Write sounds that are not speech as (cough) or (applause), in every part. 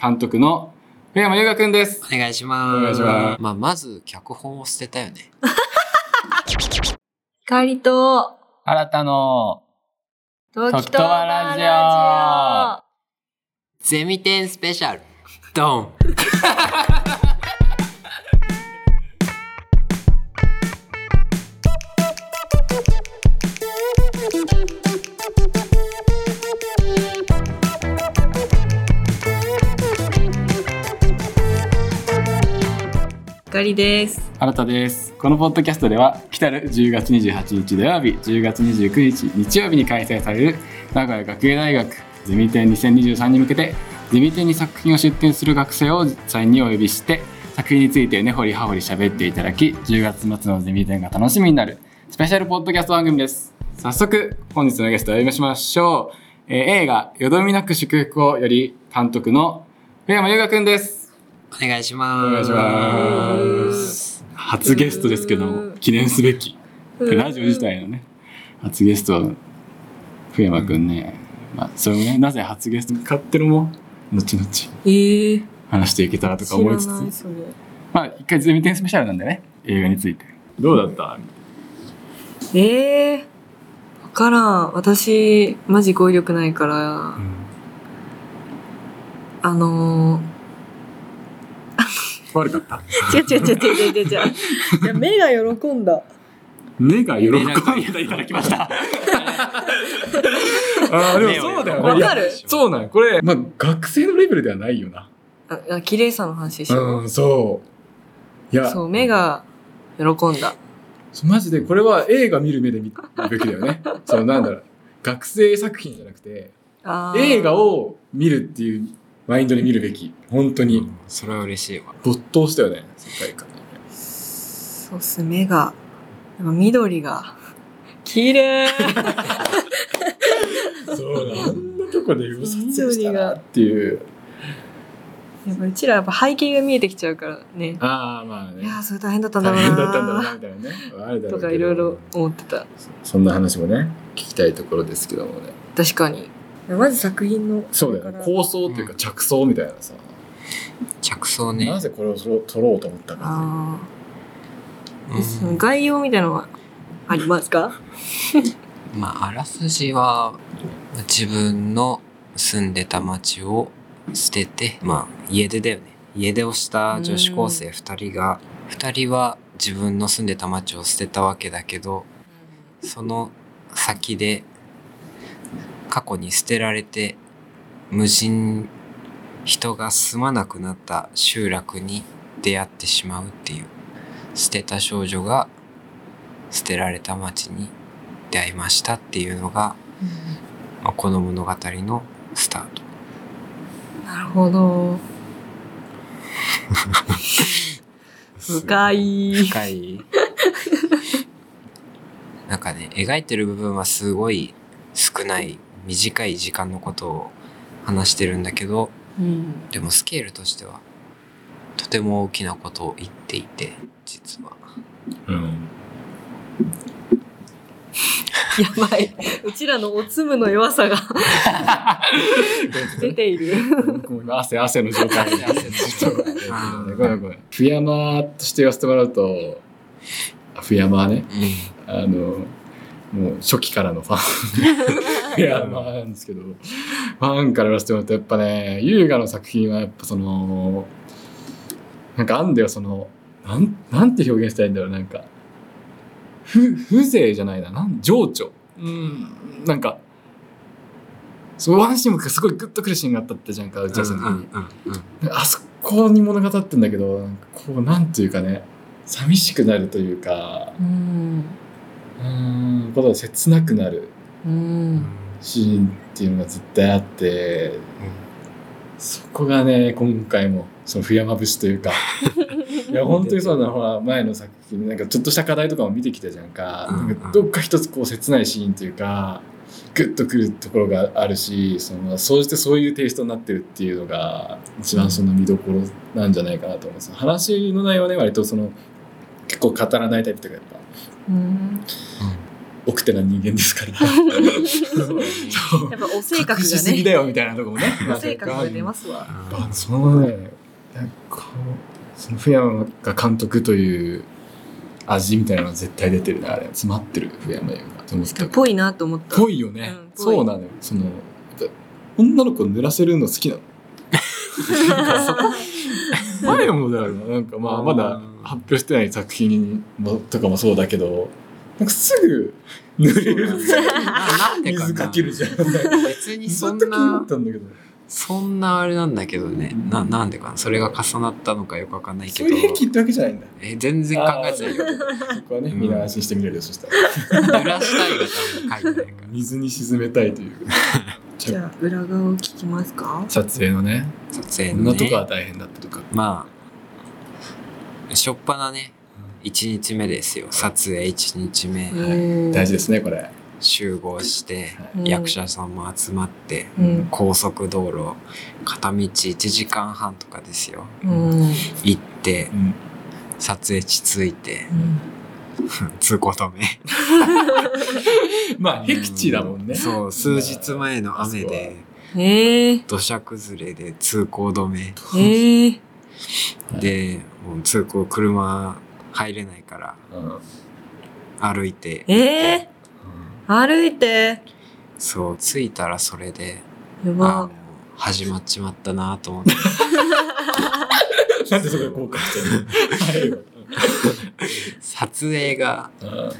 監督の福山優雅くんです。お願いします。お願いしますまあ、まず、脚本を捨てたよね。光と、新たの、時時とわラジオゼミ展スペシャル。ドン。光です。新たです。このポッドキャストでは、来たる10月28日土曜日、10月29日日曜日に開催される名古屋学芸大学ゼミ展2023に向けて、ゼミ展に作品を出展する学生を実際にお呼びして、作品について根掘り葉掘り喋っていただき、10月末のゼミ展が楽しみになるスペシャルポッドキャスト番組です。早速、本日のゲストをお呼びしましょう。えー映画、よどみなく祝福をより監督の福山優雅くんです。お願いします。お願いします。初ゲストですけど、記念すべき。ラジオ自体のね、初ゲスト、福山くんね。まあ、それもね、なぜ初ゲストかってのも、後々ええー。話していけたらとか思いつ知らないつ、それまあ、一回ゼミ展スペシャルなんでね、映画について。どうだったええー。わからん。私、マジ語彙力ないから、あの悪かった。ー、違う違う違う違う違う違う。いや、目が喜んだ。目が喜んでいただきま (laughs) した。ああ、でもそうだよね。わかるいやそうなんよこれ、まあ、学生のレベルではないよな。ああ綺麗さの話しよ。うん、そう。いうや、そう、目が喜んだ。マジでこれは映画見る目で見るべきだよね。そのなんだろう。学生作品じゃなくて、あー映画を見るっていうマインドで見るべき。本当うにん。それは嬉しいわ。没頭したよね、世界観に。そうっす、目が。なんか緑が。綺 (laughs) 麗そうだ、あんなとこで撮影したなっっていう。やっぱうちらやっぱ背景が見えてきちゃうからね。ああ、まあいね。やー、それ大変だったんだ大ろ変うなだったんだろうな、みたいなね。あるだろうけとどかいろいろ思ってた。そんな話もね、聞きたいところですけどもね。確かに。まず作品の。そうだよね。構想っていうか着想みたいなさ。着想ね。なぜこれを撮ろうと思ったか。あうあ、んその概要みたいなのはありますかまあ、あらすじは、自分の住んでた町を捨てて、まあ、家出だよね。家出をした女子高生二人が、二人は自分の住んでた町を捨てたわけだけど、その先で過去に捨てられて無人人が住まなくなった集落に出会ってしまうっていう捨てた少女が捨てられた町に出会いましたっていうのが、まあこの物語のスタート。なるほど。深い。深い。なんかね、描いてる部分はすごい少ない、短い時間のことを話してるんだけど、うん。でもスケールとしては、とても大きなことを言っていて、実は。 (laughs) うん。やばい。うちらのおつむの弱さ (laughs) が出ている。僕も今 (laughs) 汗汗の状態で。ちょっとあ (laughs) ーごめんごめん。ふやまとして言わせてもらうと、あふやまはね、うあの、もう初期からのファン。(laughs) ふやまなんですけど、ファンから言わせてもらうと、やっぱね、優雅の作品はやっぱその、なんかあんだよ、その、なん、なんて表現したらいいんだろう、なんか。ふ、風情じゃないな、なん、情緒。うん、なんか、そう、ワンシーンもすごいグッとくるシーンがあったってじゃんか、打ち合わせの時に。んうんうんうんあそこに物語ってんだけどなんかこうなんていうかね寂しくなるというかうん。うーんことが切なくなるう。うんんシーンっていうのが絶対あってそこがね今回もその冬山節という (laughs) かいや本当にそうだなほら前の作品なんかちょっとした課題とかも見てきたじゃんか,、うんうんなんかどっか一つこう切ないシーンというかグッとくるところがあるしそのそうしてそういうテイストになってるっていうのが一番その見どころなんじゃないかなと思います話の内容はね割とその結構語らないタイプというかやっぱうん。奥手な人間ですから (laughs) そうだねそうやっぱお性格隠しがすぎね。だよみたいなとこ (laughs) もねお性格が出ますわ。あそのねなんかそのフェアが監督という味みたいなのが絶対出てるねあれ詰まってるフェアの映画と思ったぽいなと思った。ぽいよね、うんぽいそうなのよその女の子濡らせるの好きなの前もだよなんかまあうんまだ発表してない作品もとかもそうだけどなんかすぐ濡れるななんでか水なかけるじゃん別にそそんんな気にななったんだけどそんなあれなんだけどねななんでかなそれが重なったのかよくわかんないけそうどいう平均ってわけじゃないんだえ全然考えてないよそこはねうんみんな安心して見れるよそしたら濡らしたいがために書いてないから水に沈めたいという (laughs) じゃあ裏側を聞きますか。撮影のね撮影この、んね、なとこは大変だったとかまあ初っ端ね1日目ですよ撮影1日目、大事ですねこれ集合して、うん役者さんも集まって、うん高速道路片道1時間半とかですようん行ってうん撮影地着いてうん通行止めまあ僻地だもんねそう数日前の雨でええ土砂崩れで通行止めええでもう通行車入れないからうん歩いてええ歩いてそう着いたらそれでやあばの始まっちまったなと思ってなんでそれ後悔してる撮影が、の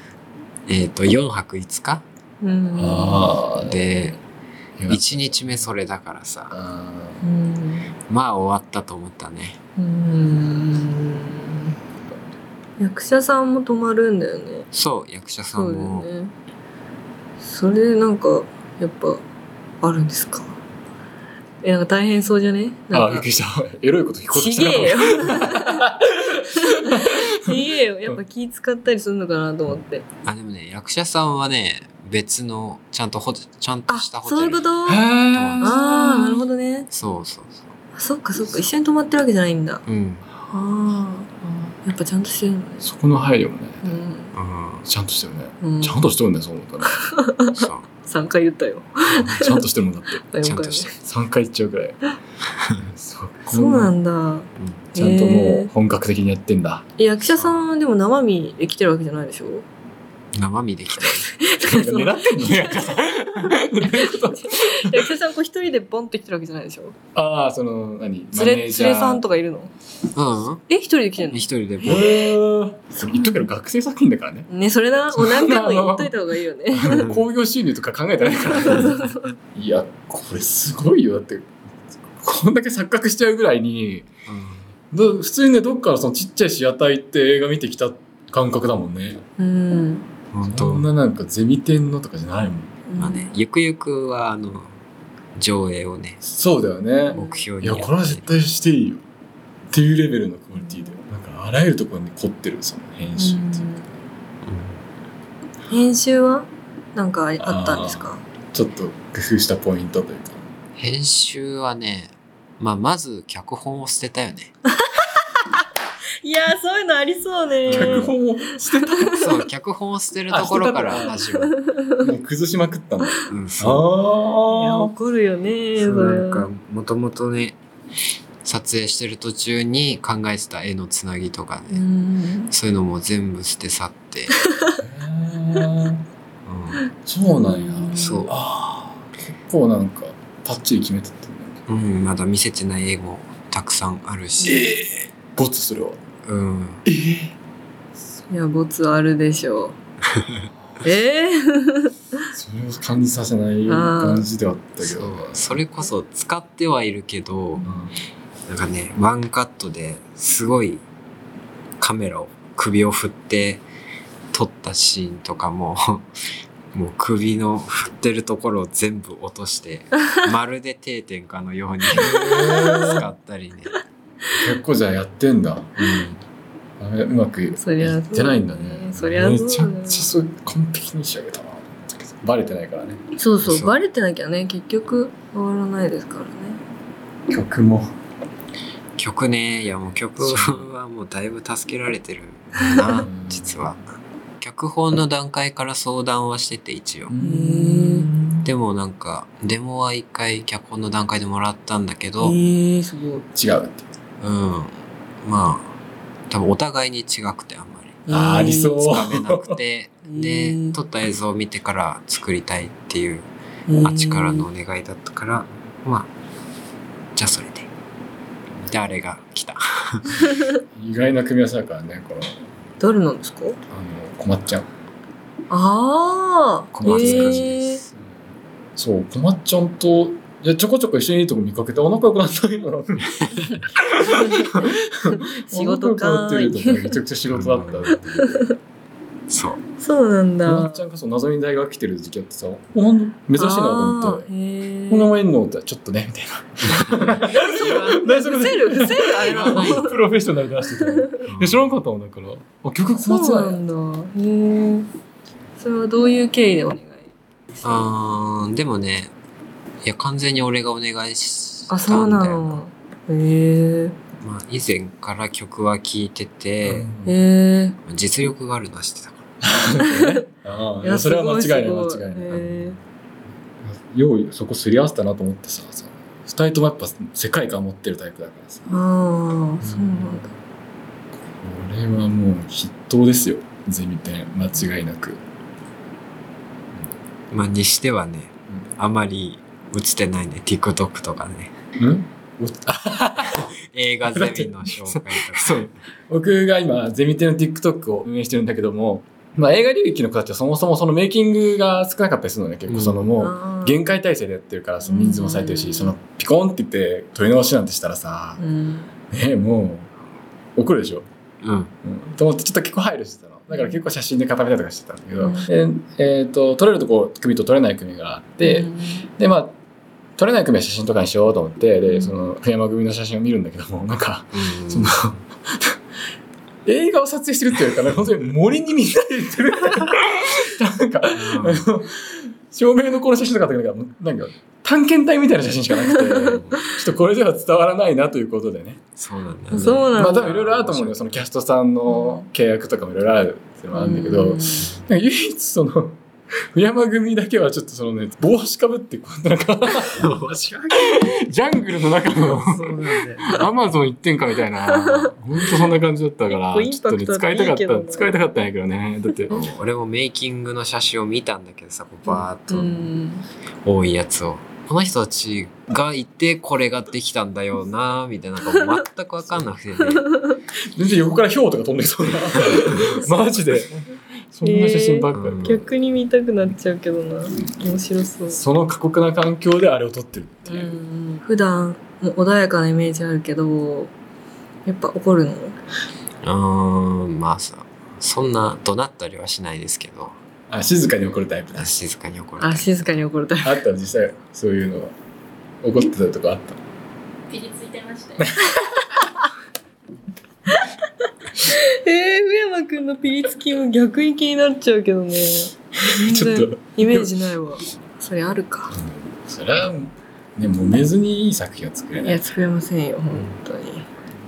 えっと4泊5日うんああでいや1日目それだからさあうんまあ終わったと思ったねうん役者さんも泊まるんだよねそう役者さそんうだよもねそれなんかやっぱあるんですかえなんか大変そうじゃねーあなーんびっかくりしたエロいこと聞こうとちしたげからえよ (laughs) ちげえよやっぱ気使ったりするのかなと思ってあでもね役者さんはね別のちゃんとホテちゃんとあしたホテルそういうことあああーなるほどどねそうそうそあそっかそっか一緒に泊まってるわけじゃないんだううん、ああやっぱちゃんとしてるのねそこの配慮もねううちゃんとしてるねん、うん、ちゃんとしてるねそう思ったら (laughs) ん、そう3回言ったよちゃんとしてるもんだってだいぶちゃん前として3回言っちゃうくら (laughs) いそそうなんんだちゃんともへう本格的にやってんだえ役者さんでも生身で来てるわけじゃないでしょ生身できたよなんか狙ってんのね役者さんこう一人でボンって来てるわけじゃないでしょ (laughs) ああその何連れ連れさんとかいるのうんえ一人で来てる一人でへ (laughs) ーそれ言っとくけど学生作品だからねのねそれなお何回も言っといた方がいいよねうん興行収入とか考えてないからいやこれすごいよだってこんだけ錯覚しちゃうぐらいにだ普通にねどっからそのちっちゃいシアター行って映画見てきた感覚だもんねうんうん本そ当んななんかゼミ天のとかじゃないもんまあねゆくゆくはあの上映をねそうだよね目標いにやこれは絶対していいよっていうレベルのクオリティでなんかあらゆるところに凝ってるその編集っていうか編集はなんかあったんですかちょっと工夫したポイントというか (laughs) 編集はね、まあ、まず脚本を捨てたよね。いやーそういうのありそうね脚本を捨てそう、脚本を捨てるところからあ始まる。たもう崩しまく (laughs) ったんだうん、そう。いやあ怒るよねそそうれなんか、もともとね、撮影してる途中に考えてた絵のつなぎとかうね、んそういうのも全部捨て去って、あそうなんやそうあー結構なんかパッチリ決めてったんだうん、うん、まだ見せてない絵もたくさんあるし、ええボツそれはうん、ええいやボツあるでしょうえー、 (laughs) それを感じさせない感じではあったけそどう、それこそ使ってはいるけどう、んなんかね、ワンカットですごいカメラを首を振って撮ったシーンとかも、 (laughs) もう首の振ってるところを全部落として、まるで定点かのように使ったりね。結構じゃあやってんだあれうまくそりゃそうやってないんだねそりゃそうだめちゃくちゃそう完璧に仕上げたなバレてないからねそうそうそうバレてなきゃね結局終わらないですからね曲も曲ね、いやもう曲はもうだいぶ助けられてるな、実は。脚脚本の段階から相談はしてて一応う。うんん。でもなんか、デモは一回脚本の段階でもらったんだけえど、ー、すご違い。うってうん。まあ、多分お互いに違くてあんまり。あーありそうつかめなく (laughs) て、うんで、撮った映像を見てから作りたいっていう、うんあっちからのお。願いだったから、まあ、じゃあそれで。で、あれが来た。意外な組み合わせだからねこの誰なんですかあの困っちゃうああ。小松くんでえーす。そう困っちゃんといやちょこちょこ一緒にいいとこ見かけてお仲良くなったけど (laughs) 仕事かお腹が (laughs) 立ってるとーかい。めちゃくちゃ仕事だ (laughs) ったっていうそう。そうなんだ。こまっちゃんがそう謎に大学来てる時期あってさ、ほんと珍しいなと思って。あーへーこのままいんのってちょっとね、みたいな。 (laughs) 大丈夫伏せる、伏せる、あ (laughs) れなの。プロフェッショナル出してて。で、知らんかったもんだから。あ、曲小松そうなだよ。んだ。へえ。それはどういう経緯でお願いあーでもね、いや、完全に俺がお願いしたあ、そうんなだよな。の。へえ。まあ、以前から曲は聴いてて、うんへえ。実力があるのは知ってたから。あいあ、やそれは間違いない、す間ごい違いない。へよう、そこすり合わせたなと思ってさ、そう二人ともやっぱ世界観持ってるタイプだからさ。こーああ、そうなんだ。れはもう筆頭ですよ。ゼミ点、間違いなく。まあ、にしてはね、あまり映ってないね。TikTok とかね。うんおあ映画ゼミの紹介とか。そう。僕が今、ゼミテの TikTok を運営してるんだけども、まあ映画領域の子たちはそもそもそのメイキングが少なかったりするのね、結構そのもう、あー限界体制でやってるからその人数もされてるうしんそのピコンって言って取り直しなんてしたらさうん。ねもう怒るでしょ、うん。うん、と思ってちょっと結構配慮してたのだから結構写真で固めたりとかしてたんだけど、うんでえー、と取れるとこ組と取れない組があって、うん、でまあ取れない組は写真とかにしようと思ってうでんその福山組の写真を見るんだけどもなんかうんその映画を撮影してるっていうかね本当に森にみんなで行って (laughs) るなんかあうんの照明のこの写真とかだけどなんか探検隊みたいな写真しかなくて (laughs) ちょっとこれでは伝わらないなということでねそうなんだあそうなんまだあ多分いろいろあると思うよそのキャストさんの契約とかもいろいろあるっていうのはあるんだけど、うなんんか唯一その (laughs) 富山組だけはちょっとそのね帽子かぶってこうなんか面白い。ジャングルの中 (laughs) のそうなんだよ。アマゾン一点かみたいなほんとそんな感じだったから結構インパクトあっていいけどね使いたかったんやけどねだって俺もメイキングの写真を見たんだけどさ、こうバーっと。うん。多いやつを。この人たちがいてこれができたんだよなみたいな、なんか全くわかんなくてね。全然横からヒョウとか飛んできそうな (laughs) マジでそんな写真ばっかり、えー逆に見たくなっちゃうけどな。面白そう。その過酷な環境であれを撮ってるってういう、ん。普段、穏やかなイメージあるけど、やっぱ怒るのうーん、まあさ、そんな怒鳴ったりはしないですけど、あ静かに怒るタイプだ静かに怒るタイあ、プ。静かに怒るタイあったの実際そういうのは怒ってたとかあったピリついてましたよ。 (laughs) プ。えー、上山くんのピリつきも逆に気になっちゃうけどね。 (laughs) ちょっとイメージないわ。それあるか。それはね揉めずにいい作品は作れ (laughs) いないや、作れませんよ、本当に。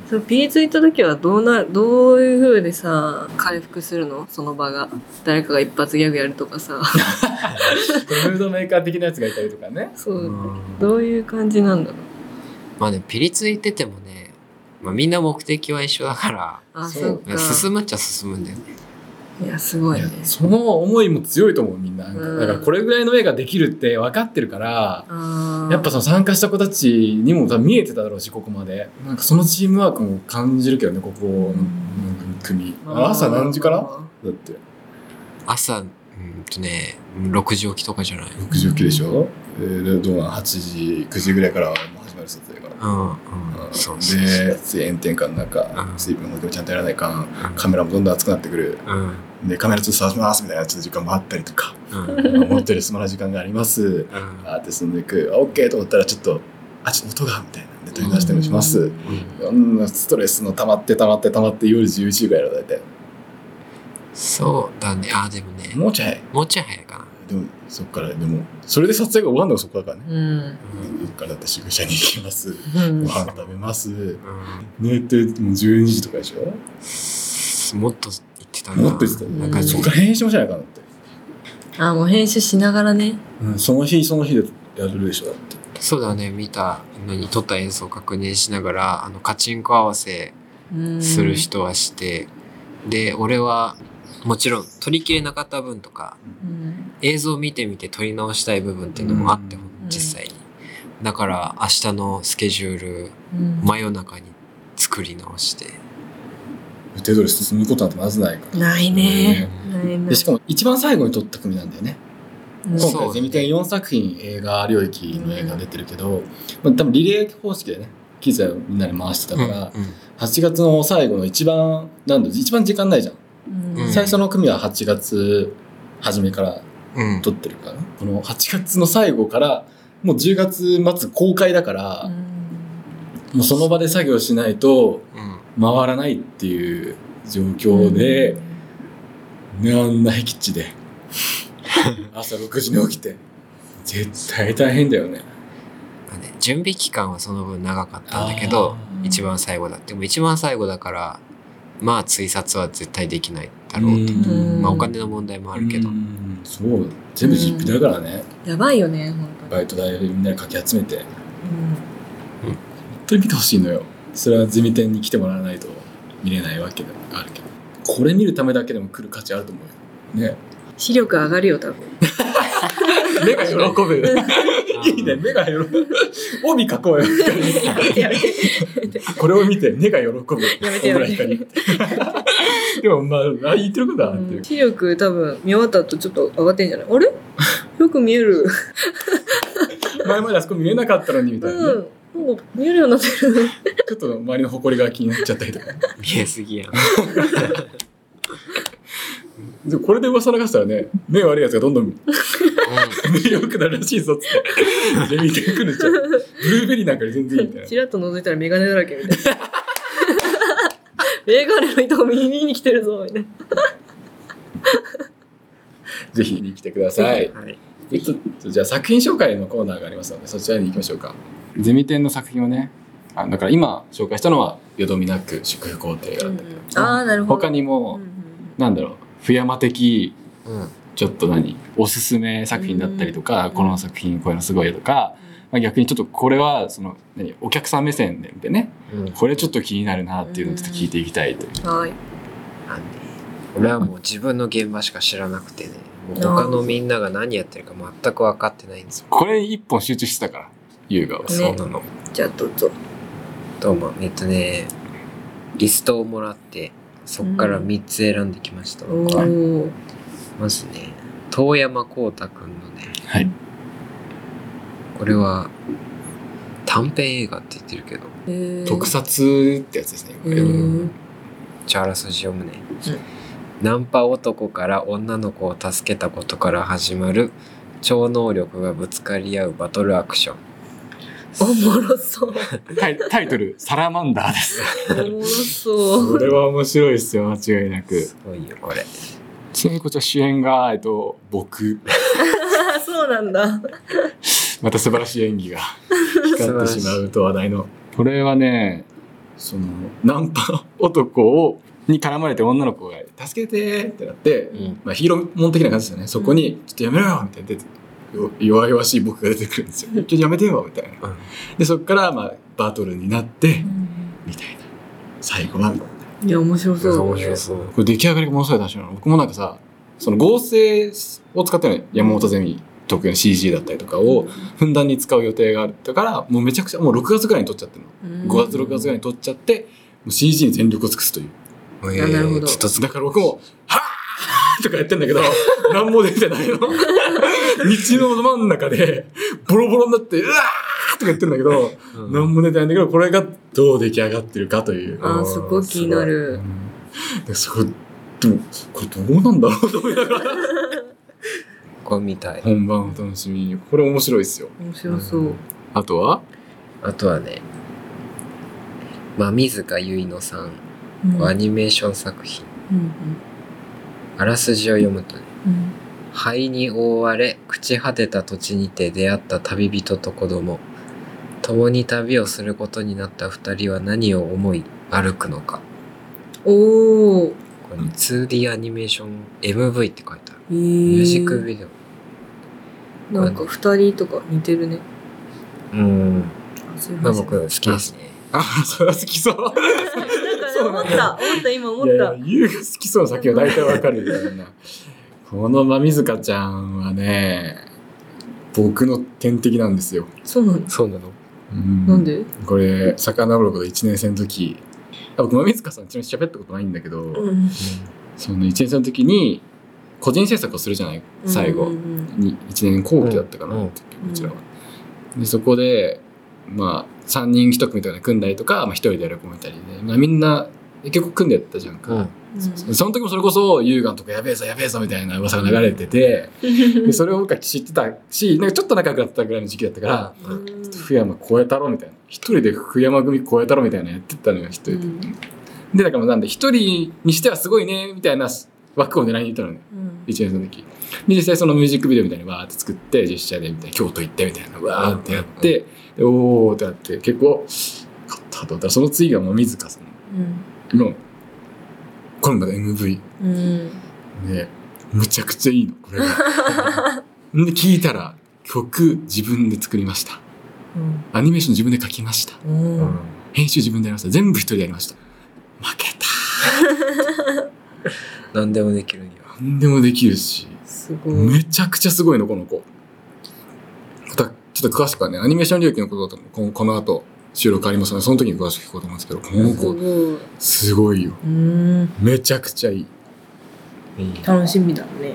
そのピリついた時はどうな、どういう風でさ、回復するのその場が。誰かが一発ギャグやるとかさ。ムードメーカー的なやつがいたりとかね (laughs) そうう。んどういう感じなんだろう。まあね、ピリついててもね、まあみんな目的は一緒だかあ、そそううら、か。進むっちゃ進むんだよね。いや、すごいいねや。その思いも強いと思うみんなうんだからこれぐらいの絵ができるって分かってるからあーやっぱその参加した子たちにも多分見えてただろうしここまでなんかそのチームワークも感じるけどねここの組あー朝何時からだって朝、うんとね、6時起きとかじゃない。 6時起きでしょ、えー、でどうなん8時9時ぐらいからもう始まる撮影からうん、うんう、んそうそうそう。で炎天下の中うん水分補給もちゃんとやらないかんカメラもどんどん熱くなってくるうん、うん、でカメラちょっと触しますみたいなちょっと時間もあったりとか (laughs) うん、うん。思ったより進まない時間がありますあーって進んでいくあ OK と思ったらちょっとあちょっと音がみたいなんで取り出したりもしますいろんなストレスの溜まって溜まって溜まって夜11時ぐらいだ大体そうだね。あ、でもね、もうちょいもうちょい早いかな。でもそっからでもそれで撮影が終わるのがそこだからねうん。そっからだって宿舎に行きますうんご飯食べますうん寝てもう12時とかでしょもっと言ってたなもっと言ってたよなんかそそっうから編集もしないかなって、あもう編集しながらねうん、その日その日でやるでしょだってそうだね見たのに撮った演奏を確認しながらあのカチンコ合わせうんする人はして、で俺はもちろん撮りきれなかった分とかうん映像を見てみて撮り直したい部分っていうのもあって、うん実際にだから明日のスケジュールうん真夜中に作り直して、予定通り進むことなんてまずないからないねないなでいしかも一番最後に撮った組なんだよねうん今そう回ゼミ展4作品映画領域の映画出てるけど、まあ、多分リレー方式でね機材をみんなで回してたから、うんうん8月の最後の一番なんだ一番時間ないじゃん、うんうん最初の組は8月初めからうん撮ってるから、この8月の最後からもう10月末公開だから、うんもうその場で作業しないとうん回らないっていう状況で、ねあんな僻地で (laughs) 朝6時に起きて絶対大変だよねまあね準備期間はその分長かったんだけど一番最後だってもう一番最後だからまあ追察は絶対できないだろうと、うんまあ、お金の問題もあるけど、うんそう全部実費だからね、やばいよね本当にバイト代みんなでかき集めて本うん当に見てほしいのよそれはゼミ店に来てもらわないと見れないわけであるけどこれ見るためだけでも来る価値あると思うよね視力上がるよ多分目が喜ぶいいね目が喜ぶ帯書こうよやめてこれを見て目が喜ぶやめてやめて小村光でもまああ言ってることは合ってる、視力多分見終わった後ちょっと上がってんじゃないあれよく見える前まであそこ見えなかったのにみたいなね、うんなんか見えるようになってるちょっと周りの埃が気になっちゃったりとか見えすぎやん (laughs) でこれで噂流したらね目悪いやつがどんどん (laughs) 目良くなるらしいぞっつって。で、見てくるじゃん。ブルーベリーなんかより全然いいみたいな。ちらっと覗いたらメガネだらけみたいなメガネの糸を耳に来てるぞみたいなぜひ見に来てください。はいえっとじゃあ作品紹介のコーナーがありますので、そちらに行きましょうか。ゼミ展の作品をねあだから今紹介したのは、よどみなく祝福工程が。ああなるほど他にも、うんうんなんだろう富山的うんちょっと何おすすめ作品だったりとか、うんこの作品こういうのすごいよとか、まあ、逆にちょっとこれはその何お客さん目線で見てねうんこれちょっと気になるなっていうのをちょっと聞いていきたいという、うんはいなんで俺はもう自分の現場しか知らなくてねもう他のみんなが何やってるか全く分かってないんですよ、これに一本集中してたから優雅は、ねそうなのじゃあどうぞどうもえっとねリストをもらってそっから3つ選んできました、おおまずね遠山光太くんのねはいこれは短編映画って言ってるけど特撮ってやつですね。うーじゃああらすじ読むね、ナンパ男から女の子を助けたことから始まる超能力がぶつかり合うバトルアクションおもろそうタイタイトル「サラマンダー」ですおもろそうこれは面白いですよ間違いなくすごいよこれちなみにこちら主演が、えっと、 (laughs) 僕あそうなんだまた素晴らしい演技が光ってしまうと話題の、これはねその、ナンパ男をに絡まれて女の子が助けてーってなって、うんまあ、ヒーローもん的な感じですよね。そこに、ちょっとやめろよみたいな出て、よ弱々しい僕が出てくるんですよ。ちょっとやめてよみたいな。うんで、そこから、まあ、バトルになって、みたいな。最後は、いや面白そう面白そうこれ出来上がりがものすごい楽しいの僕もなんかさその合成を使ってない山本ゼミ特有の CG だったりとかをふんだんに使う予定があったからもうめちゃくちゃもう6月ぐらいに撮っちゃってるのうん5月6月ぐらいに撮っちゃってもう CG に全力を尽くすというえなるほどちょっとずだから僕も「はあ!」とかやってんだけど何も出てない (laughs) の道の真ん中でボロボロになって「うわー!」とか言ってんだけどうん何も出てないんだけどこれがどう出来上がってるかというあーそこ気になるでそこでもこれどうなんだろうと思いながらこうみたい本番を楽しみにこれ面白いですよ面白そう、うんあと (laughs) はあとはねまあ水塚結乃さんうんアニメーション作品うんあらすじを読むとねうん灰に覆われ朽ち果てた土地にて出会った旅人と子供共に旅をすることになった二人は何を思い歩くのかおおこれ 2D アニメーション MV って書いてある。ミュミージックビデオ。デオ。なんか二人とか似てるね。うん。あすいまあません僕好きですね。あ、それは好きそう。 (laughs) なんかね思った、思った、今思っいやいたや。、優が好きそうな先は大体わかるよ、み (laughs) んな。このまみずかちゃんはね、僕の天敵なんですよ。そうなんです。そうなのうんなんでこれ、遡ること1年生の時、あ僕、まみずかさんちなみに喋ったことないんだけど、うん。その1年生の時に、個人制作をするじゃない最後。うんうんうんに1年後期だったかな、うんこちらは。でそこでまあ3人1組とかで組んだりとか、まあ、1人で横見たりで、まあ、みんな結局組んでやったじゃんうか、ん。その時もそれこそ優雅のとかやべえぞやべえぞみたいな噂が流れててでそれを僕は知ってたしなんかちょっと仲良くなってたぐらいの時期だったからうん「福山超えたろ」みたいな一人で福山組超えたろみたいなのやってったのよ一人で、うんでだからなんで一人にしてはすごいねみたいな枠を狙いに行ったのねうん1年生の時で実際そのミュージックビデオみたいにわーって作って実写でみたいな京都行ってみたいなわーってやって、でおーってやって結構勝ったと思ったらその次がもう水香さんの今度の MV うんうんでむちゃくちゃいいのこれがで聞いたら曲自分で作りましたアニメーション自分で書きましたうんうん編集自分でやりました全部一人でやりました負けた何でもできるには。何でもできるしすごい。めちゃくちゃすごいの、この子。またちょっと詳しくはね、アニメーション領域のことだとこの、この後、収録ありますので、その時に詳しく聞こうと思うんですけど、このす子、ごい。すごいよ。うん。めちゃくちゃいい。楽しみだね。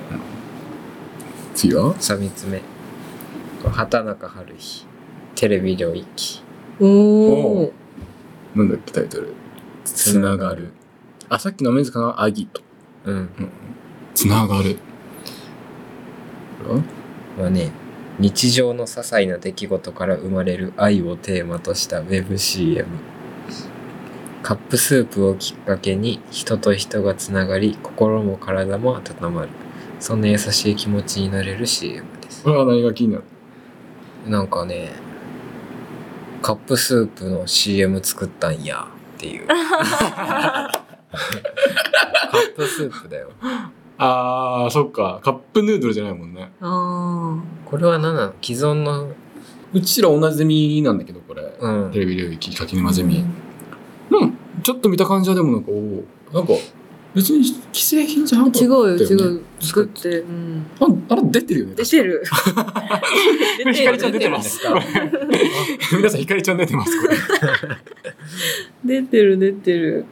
次はさあ3つ目。畑中春日。テレビ領域。おおお。なんだっけ、タイトル。つながる。あ、さっきの水かなアギト。うん。つながる。これははね日常の些細な出来事から生まれる愛をテーマとした WebCM カップスープをきっかけに人と人がつながり心も体も温まるそんな優しい気持ちになれる CM ですこれは何が気になるなんかねカップスープの CM 作ったんやっていうカップスープだよあー、そっか。カップヌードルじゃないもんね。あこれは何なの既存のうちら同じゼミなんだけど、これ。うんテレビ領域、垣沼ゼあ。ミ。うん、ちょっと見た感じはでもなんか、おーなんか、別に既製品じゃなかった違うよ、違よね。う。作って。うん。ああれ出てるよね。出 (laughs) てる。出ひかりちゃん出てる。ますか (laughs) 皆さん、ひかりちゃん出てます。これ (laughs) (laughs) 出てる、出てる。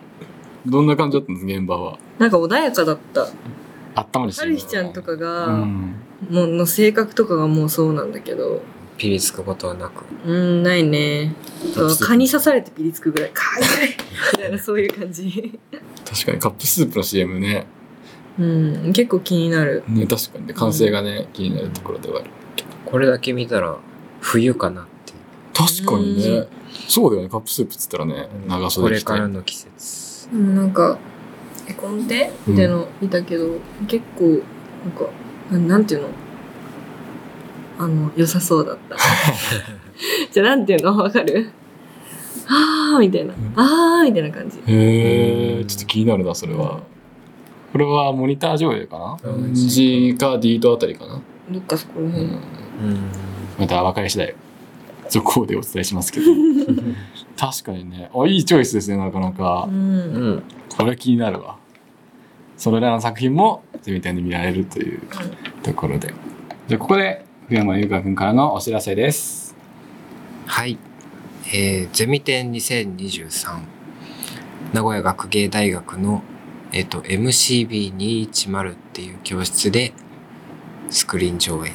どんな感じだったんです現場は。なんか穏やかだった。あったまるしはるひちゃんとかうが、ん。もうの性格とかがもうそうなんだけど。ピリつくことはなくうん、ないね。そう蚊に刺されてピリつくぐらい。かゆいみたいな、そういう感じ。確かに、カップスープの CM ね。うん、結構気になる。ね、確かにね。完成がね、気になるところではある。これだけ見たら冬かなっていう確かにうねん。そうだよね。カップスープっつったらね、長こ袖れ着てか。らの季節でもなんか、へこんでみたいなの見たけど、結構、なんか、ななんていうのあの、良さそうだった。じゃあ、なんていうのわかるあーみたいなうん。あーみたいな感じ。へうー、んちょっと気になるな、それは。これはモニター上映かなうん G か D とあたりかな。どっかそこらう辺。んうんまた分かり次第続行でお伝えします (laughs) けど確かにねあいいチョイスですねなかなかうう。ん (laughs) んこれ気になるわそれらの作品もゼミ展で見られるというところでじゃあここで福山優香君からのお知らせですはい、えーゼミ展2023名古屋学芸大学の、えっと MCB210 っていう教室でスクリーン上映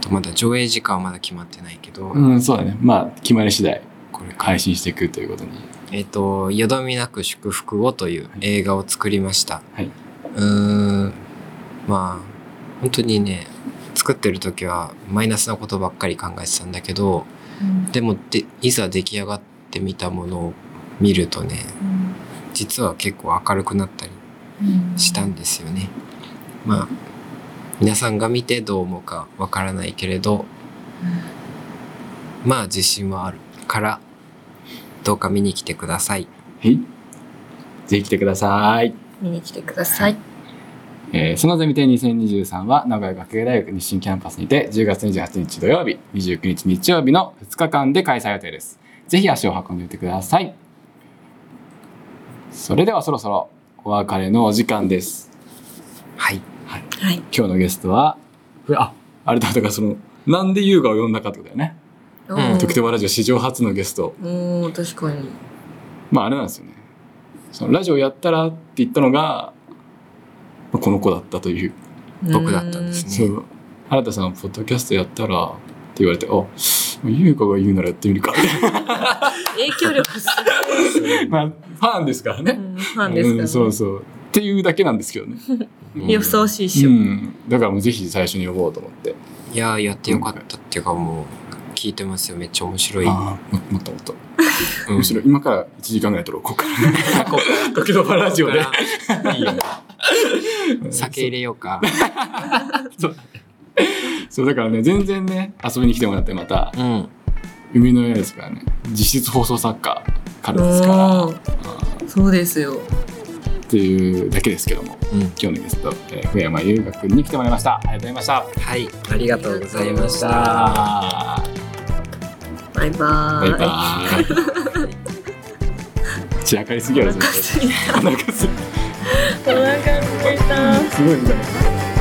とまだ上映時間はまだ決まってないけど、うんそうだねまあ決まり次第これか配信していくということにえっ、と、よどみなく祝福をという映画を作りました。はい。うーん。まあ、本当にね、作ってる時はマイナスなことばっかり考えてたんだけど、でもで、いざ出来上がってみたものを見るとね、実は結構明るくなったりしたんですよね。まあ、皆さんが見てどう思うかわからないけれど、まあ自信はあるから、どうか見に来てください。はいぜひ来てください。見に来てください。えーそのゼミ展2023は名古屋学芸大学日清キャンパスにて10月28日土曜日、29日日曜日の2日間で開催予定です。ぜひ足を運んでみてください。それではそろそろお別れのお時間です。はい。はい。今日のゲストは、あ、あれだ、だからその、なんで優雅を呼んだかってことだよね。うん特定和ラジオ史上初のゲスト。おー、確かに。まああれなんですよね。そのラジオやったらって言ったのが、まあこの子だったという。僕だったんですうね。そう。原田さん、ポッドキャストやったらって言われて、あ、優香が言うならやってみるか。ん影響力すごいですね。まあ、ファンですからうね。んファンですからうね、んそうそう。っていうだけなんですけどね。うんいやふさわしいっしうょ。ん。だからもうぜひ最初に呼ぼうと思って。いやーやってよかったっていうかもう聞いてますよめっちゃ面白い。ああ、ももっともっと。うんむしろ今から1時間ぐらい撮ろう。ここから。ここ (laughs) 時のバラジオで。 (laughs) いいよ酒入れようか。そう、だからね、全然ね、遊びに来てもらってまた、うん。海の家ですからね。実質放送作家からですから。うんそうですよ。っていうだけですけども。うん。今日のゲスト、えー、福山優雅くんに来てもらいました。ありがとうございました。はい。ありがとうございました。あバイババーイイ。バ (laughs) ーイ。散らかりすぎやろ、全お腹すい部。なんかすた。お腹すいた。 (laughs) すごいみたいな。